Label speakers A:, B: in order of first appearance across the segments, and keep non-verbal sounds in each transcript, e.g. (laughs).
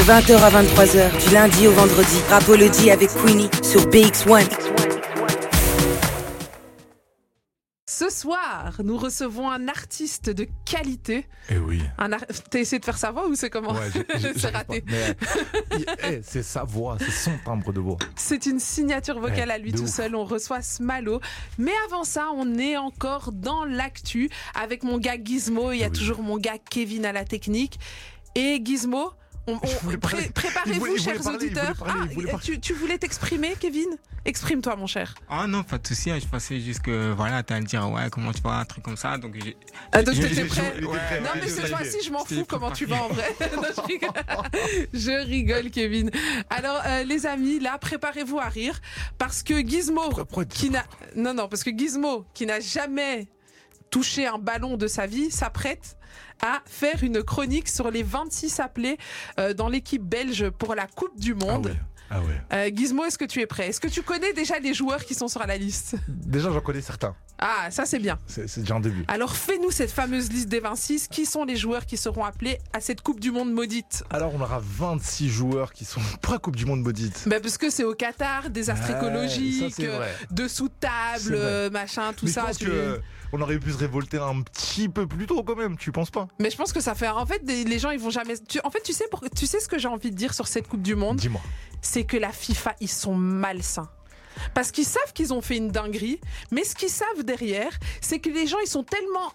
A: 20h à 23h, du lundi au vendredi. Rapology avec Queenie sur BX1.
B: Ce soir, nous recevons un artiste de qualité.
C: Eh oui.
B: Un ar- T'as essayé de faire sa voix ou c'est comment
C: Ouais, j'ai-
B: (laughs)
C: j'ai-
B: C'est
C: j'arrive
B: raté.
C: pas. Mais, euh, eh, c'est sa voix, c'est son timbre de voix.
B: C'est une signature vocale
C: Ouais,
B: à lui
C: Eh, de
B: tout
C: ouf.
B: seul. On reçoit Smalo. Mais avant ça, on est encore dans l'actu avec mon gars Gizmo. Il y a
C: Oui.
B: toujours mon gars Kevin à la technique. Et Gizmo, on- on-
C: Je voulais
B: pré-
C: parler. (laughs) Il
B: préparez-vous,
C: voulait- il voulait
B: chers
C: parler, il voulait
B: auditeurs.
C: parler, il voulait
B: Ah,
C: parler.
B: tu, tu voulais t'exprimer, Kevin Exprime-toi, mon cher.
D: Ah non, pas de souci. hein, Je pensais juste que voilà, t'allais dire ouais, comment tu vas, un truc comme ça. Donc j'ai.
B: Ah, donc,
D: j'ai- (laughs)
B: t'étais
D: j'ai-
B: prêt
D: j'ai- ouais,
B: Non,
D: ouais,
B: mais
D: j'ai-
B: cette fois-ci, je m'en
D: C'était
B: fous
D: pour
B: comment tu vas en
D: parler.
B: vrai. (laughs) Non, je, rigole. Je rigole, Kevin. Alors, euh, les amis, là, préparez-vous à rire parce que Gizmo,
C: Pourquoi- pourquoi-
B: qui n'a non non parce que Gizmo, qui n'a jamais touché un ballon de sa vie, s'apprête à faire une chronique sur les 26 appelés euh, dans l'équipe belge pour la Coupe du
C: Ah
B: Monde.
C: ouais. Ah ouais.
B: Euh, Gizmo, est-ce que tu es prêt Est-ce que tu connais déjà les joueurs qui sont sur la liste
C: Déjà, j'en connais certains.
B: Ah, ça c'est bien.
C: C'est c'est déjà un début.
B: Alors fais-nous cette fameuse liste des 26. Qui sont les joueurs qui seront appelés à cette Coupe du Monde maudite
C: Alors, on aura 26 joueurs qui sont pas Coupe du Monde maudite.
B: bah Parce que c'est au Qatar, désastre
C: Ouais, ça,
B: écologique,
C: c'est vrai.
B: dessous de
C: C'est
B: table,
C: vrai.
B: euh, machin, tout
C: Mais
B: ça.
C: Je pense
B: tu-
C: que on aurait pu se révolter un petit peu plus tôt quand même, tu penses pas
B: Mais je pense que ça fait. En fait, des- les gens, ils vont jamais. tu- En fait, tu sais, pour... tu sais ce que j'ai envie de dire sur cette Coupe du Monde
C: Dis-moi.
B: C'est que la FIFA, ils sont malsains. Parce qu'ils savent qu'ils ont fait une dinguerie, mais ce qu'ils savent derrière, c'est que les gens, ils sont tellement.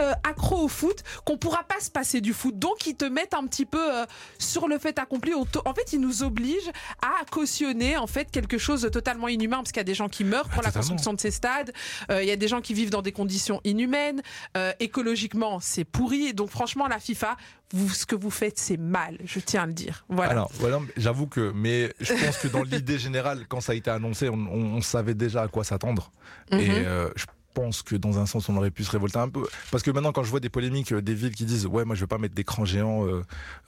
B: euh, accros au foot qu'on pourra pas se passer du foot donc ils te mettent un petit peu euh, sur le fait accompli On te- en fait ils nous obligent à cautionner en fait quelque chose de totalement inhumain parce qu'il y a des gens qui meurent pour
C: Ah,
B: la
C: totalement.
B: construction de ces stades Euh, il y a des gens qui vivent dans des conditions inhumaines Euh, écologiquement c'est pourri et donc franchement la FIFA vous ce que vous faites c'est mal je tiens à le dire voilà
C: Alors, voilà, mais j'avoue que, mais je pense que dans l'idée générale, quand ça a été annoncé, on, on- on savait déjà à quoi s'attendre. Et
B: Mhm.
C: euh, je pense que dans un sens, on aurait pu se révolter un peu. Parce que maintenant, quand je vois des polémiques, euh, des villes qui disent Ouais, moi, je vais pas mettre d'écran géant euh,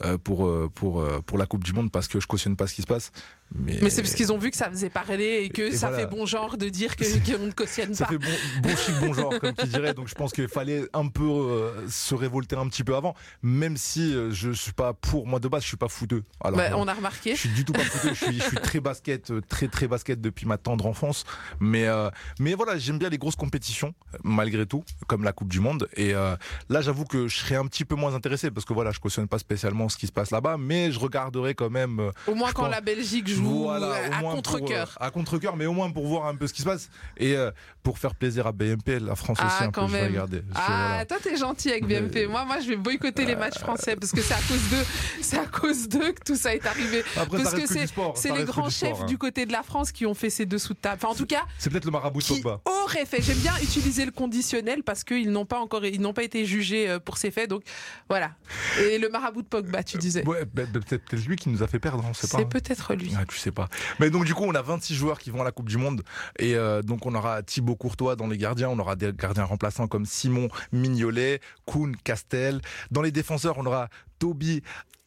C: euh, pour, euh, pour, euh, pour la Coupe du Monde parce que je cautionne pas ce qui se passe. Mais,
B: Mais c'est parce qu'ils ont vu que ça faisait parler et que
C: Et
B: ça
C: voilà.
B: fait bon genre de dire que-
C: (laughs) C'est-
B: qu'on ne cautionne
C: Ça
B: pas.
C: fait bon, bon chic, bon genre, comme qui dirait. Donc je pense qu'il fallait un peu euh, se révolter un petit peu avant, même si euh, je suis pas pour. Moi de base, je suis pas fouteux. Alors,
B: Bah,
C: euh,
B: on a remarqué.
C: je suis du tout pas fouteux. Je suis, je suis très basket, euh, très très basket depuis ma tendre enfance. Mais euh, mais voilà, j'aime bien les grosses compétitions malgré tout, comme la Coupe du Monde. Et euh, là, j'avoue que je serais un petit peu moins intéressé parce que voilà, je cautionne pas spécialement ce qui se passe là-bas, mais je regarderai quand même. euh,
B: Au moins
C: je
B: quand
C: pense-
B: la Belgique joue
C: voilà,
B: euh,
C: au
B: à
C: moins pour,
B: contre-coeur.
C: euh, à contre-coeur, mais au moins pour voir un peu ce qui se passe. Et euh, pour faire plaisir à BMP, la France
B: Ah,
C: aussi, un
B: quand
C: peu, je vais
B: même.
C: regarder. Je-
B: Ah,
C: voilà.
B: toi t'es gentil avec BMP.
C: Mais-
B: Moi, moi, je vais boycotter les matchs français parce que c'est à
C: (laughs)
B: cause d'eux, c'est à cause d'eux que tout ça est arrivé.
C: Après, ça
B: Ah, parce
C: reste
B: que
C: que du sport.
B: C'est
C: ça
B: les
C: reste que
B: grands
C: du
B: chefs
C: sport, hein.
B: du côté de la France qui ont fait ces dessous de table. Enfin, en tout cas,
C: C'est peut-être le marabout de
B: qui
C: Pogba.
B: auraient fait. J'aime bien utiliser le conditionnel parce qu'ils n'ont pas encore, ils n'ont pas été jugés euh, pour ces faits. Donc voilà. Et le marabout de Pogba, tu disais.
C: Ouais, bah, bah, peut-être peut-être lui qui nous a fait perdre, on sait pas.
B: C'est
C: hein.
B: peut-être lui.
C: (laughs) Ah, tu sais pas. Mais donc du coup, on a 26 joueurs qui vont à la Coupe du Monde et euh, donc on aura Thibaut Courtois dans les gardiens, on aura des gardiens remplaçants comme Simon Mignolet, Kuhn, Castel. Dans les défenseurs, on aura Toby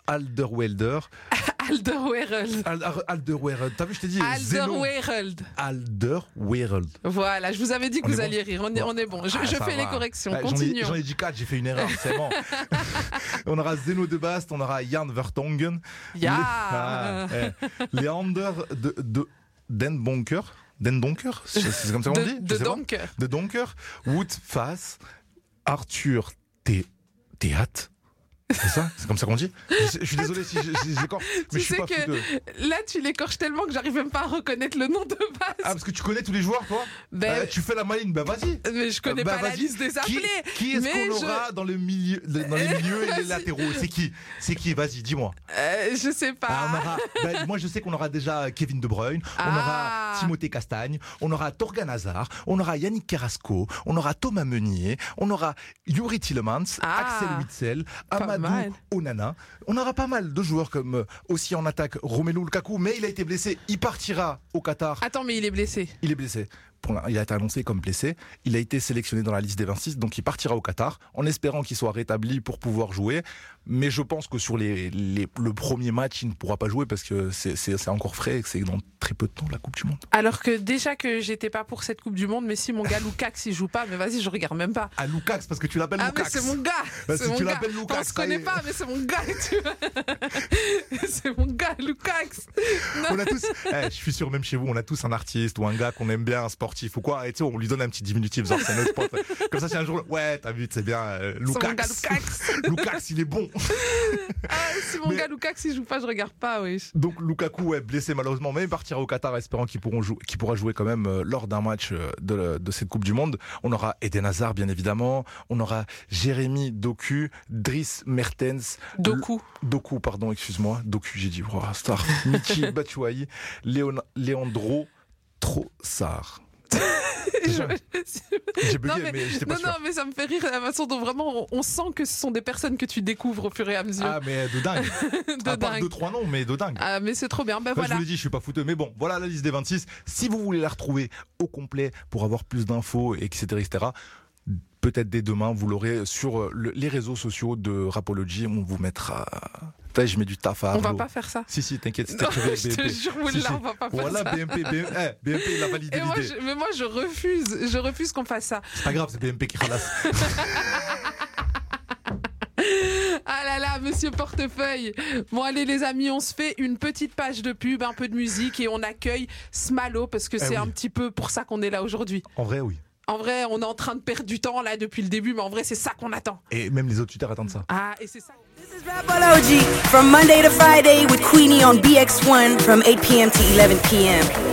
C: Alderweireld.
B: Alderweireld.
C: Al- Al- Alderweireld. T'as vu, je t'ai dit Zeno
B: Alderweireld.
C: Alderweireld.
B: Voilà, je vous avais dit que
C: On
B: vous
C: est bon
B: alliez rire. On est,
C: Bon.
B: on est bon. Je,
C: Ah,
B: je
C: ça
B: fais les
C: va.
B: corrections.
C: Ouais, j'en ai-
B: Continuons.
C: J'en ai dit 4, j'ai fait une erreur, c'est
B: (laughs)
C: bon. on aura Zeno De Bast, on aura Jan Vertongen,
B: Ya.
C: Le- ah, eh. Leander de, de Den Bonker. Den Donker C'est c'est comme ça qu'on dit
B: De,
C: Je
B: de
C: sais pas.
B: Dunker.
C: De Donker. Wood Fass. Arthur Thé- Théat. C'est ça C'est comme ça qu'on dit je, je suis désolé si j'ai- j'ai- j'écorche, mais
B: Tu
C: je suis
B: sais
C: pas
B: que-
C: fouteux.
B: Là, tu l'écorches tellement que j'arrive même pas à reconnaître le nom de base.
C: Ah, parce que tu connais tous les joueurs, toi Euh,
B: ben,
C: Tu fais la maline, bah vas-y
B: mais je connais
C: bah,
B: pas la
C: vas-y.
B: liste des
C: Qui,
B: appelés.
C: qui est-ce
B: mais
C: qu'on
B: je-
C: aura dans, le milieu,
B: (laughs)
C: dans les milieux et les
B: Vas-y.
C: latéraux C'est qui C'est qui Vas-y, dis-moi.
B: Euh, je sais pas.
C: Ah,
B: (laughs)
C: on aura- bah, moi, je sais qu'on aura déjà Kevin De Bruyne, on
B: Ah.
C: aura Timothée Castagne, on aura Torgan Hazard, on aura Yannick Carrasco, on aura Thomas Meunier, on aura Yuri Tillemans,
B: Ah.
C: Axel Witzel,
B: Pas mal.
C: Amadou Onana. On aura pas mal de joueurs comme euh, aussi en attaque Romelu Lukaku, mais il a été blessé, il partira au Qatar,
B: Attends, mais il est blessé.
C: il est blessé. pour l'in- il a été annoncé comme blessé. Il a été sélectionné dans la liste des 26, donc il partira au Qatar en espérant qu'il soit rétabli pour pouvoir jouer. Mais je pense que sur les, les- le premier match, il ne pourra pas jouer parce que c'est- c'est c'est encore frais et que c'est dans très peu de temps la Coupe du Monde.
B: Alors que déjà que j'étais pas pour cette Coupe du Monde, mais si mon gars Lukaku s'il joue pas, mais vas-y, je regarde même pas.
C: Ah, Lukacs, parce que tu l'appelles
B: Ah mais c'est mon gars,
C: Bah,
B: c'est
C: si
B: mon
C: tu
B: gars.
C: l'appelles Lukaku,
B: On se
C: ça y
B: connaît
C: est.
B: pas, mais c'est mon gars. tu vois. (laughs) c'est mon gars, Lukaku.
C: On a tous, Eh, je suis sûr, même chez vous, on a tous un artiste ou un gars qu'on aime bien, un sportif ou quoi. Et tu sais, on lui donne un petit diminutif, genre c'est notre pote. Comme ça, si un jour, ouais, t'as vu, c'est bien, euh,
B: C'est mon gars
C: Lukacs.
B: Lukaku.
C: (laughs) Lukacs, il est bon.
B: Ah, si mon
C: Mais-
B: gars Lukaku s'il joue pas, je regarde pas, oui.
C: Donc Lukaku est blessé malheureusement, mais il partira au Qatar espérant qu'il pourront jou- qu'il pourra jouer quand même euh, lors d'un match euh, de, la- de cette Coupe du Monde. On aura Eden Hazard bien évidemment, on aura Jérémy Doku, Driss Mertens, Euh,
B: Doku.
C: Doku pardon excuse-moi, Doku j'ai dit, wow,
B: (laughs)
C: star, Miki Batshuayi, Léon- Leandro Trossard.
B: (laughs)
C: Déjà, J'ai
B: Non,
C: bugué mais,
B: mais-
C: j'étais pas
B: Non,
C: sûr.
B: non, mais ça me fait rire la façon dont vraiment on, on sent que ce sont des personnes que tu découvres au fur et à mesure. (laughs)
C: Ah mais de dingue,
B: de
C: à part
B: dingue.
C: deux trois noms mais de dingue.
B: Ah, mais c'est trop bien. Ben
C: Enfin,
B: voilà.
C: Je vous l'ai dit, je suis pas fouteux, mais bon, voilà la liste des 26. Si vous voulez la retrouver au complet pour avoir plus d'infos, etc., etc., peut-être dès demain, vous l'aurez sur euh, le- les réseaux sociaux de Rapology. On vous mettra. Putain, je mets du taf à
B: On va
C: Arlo.
B: pas faire ça.
C: Si, si, t'inquiète, c'est
B: (laughs) Non,
C: écrit avec
B: je te
C: BMP.
B: jure, Wallah,
C: Si, si.
B: on va pas faire
C: Voilà,
B: ça.
C: BMP, BMP, eh, BMP, il a validé
B: Et moi, je,
C: l'idée.
B: mais moi, je refuse. Je refuse qu'on fasse ça.
C: C'est pas grave, c'est BMP qui ralasse.
B: Ah là là, monsieur portefeuille. Bon, allez, les amis, on se fait une petite page de pub, un peu de musique et on accueille Smalo parce que c'est
C: Eh oui.
B: un petit peu pour ça qu'on est là aujourd'hui.
C: En vrai, oui.
B: En vrai, on est en train de perdre du temps là depuis le début, mais en vrai, c'est ça qu'on attend.
C: Et même les autres tuteurs attendent ça.
B: Ah, et c'est ça.
A: This is Rapology from Monday to Friday with Queenie on BX1 from 8 p.m. to 11 p.m.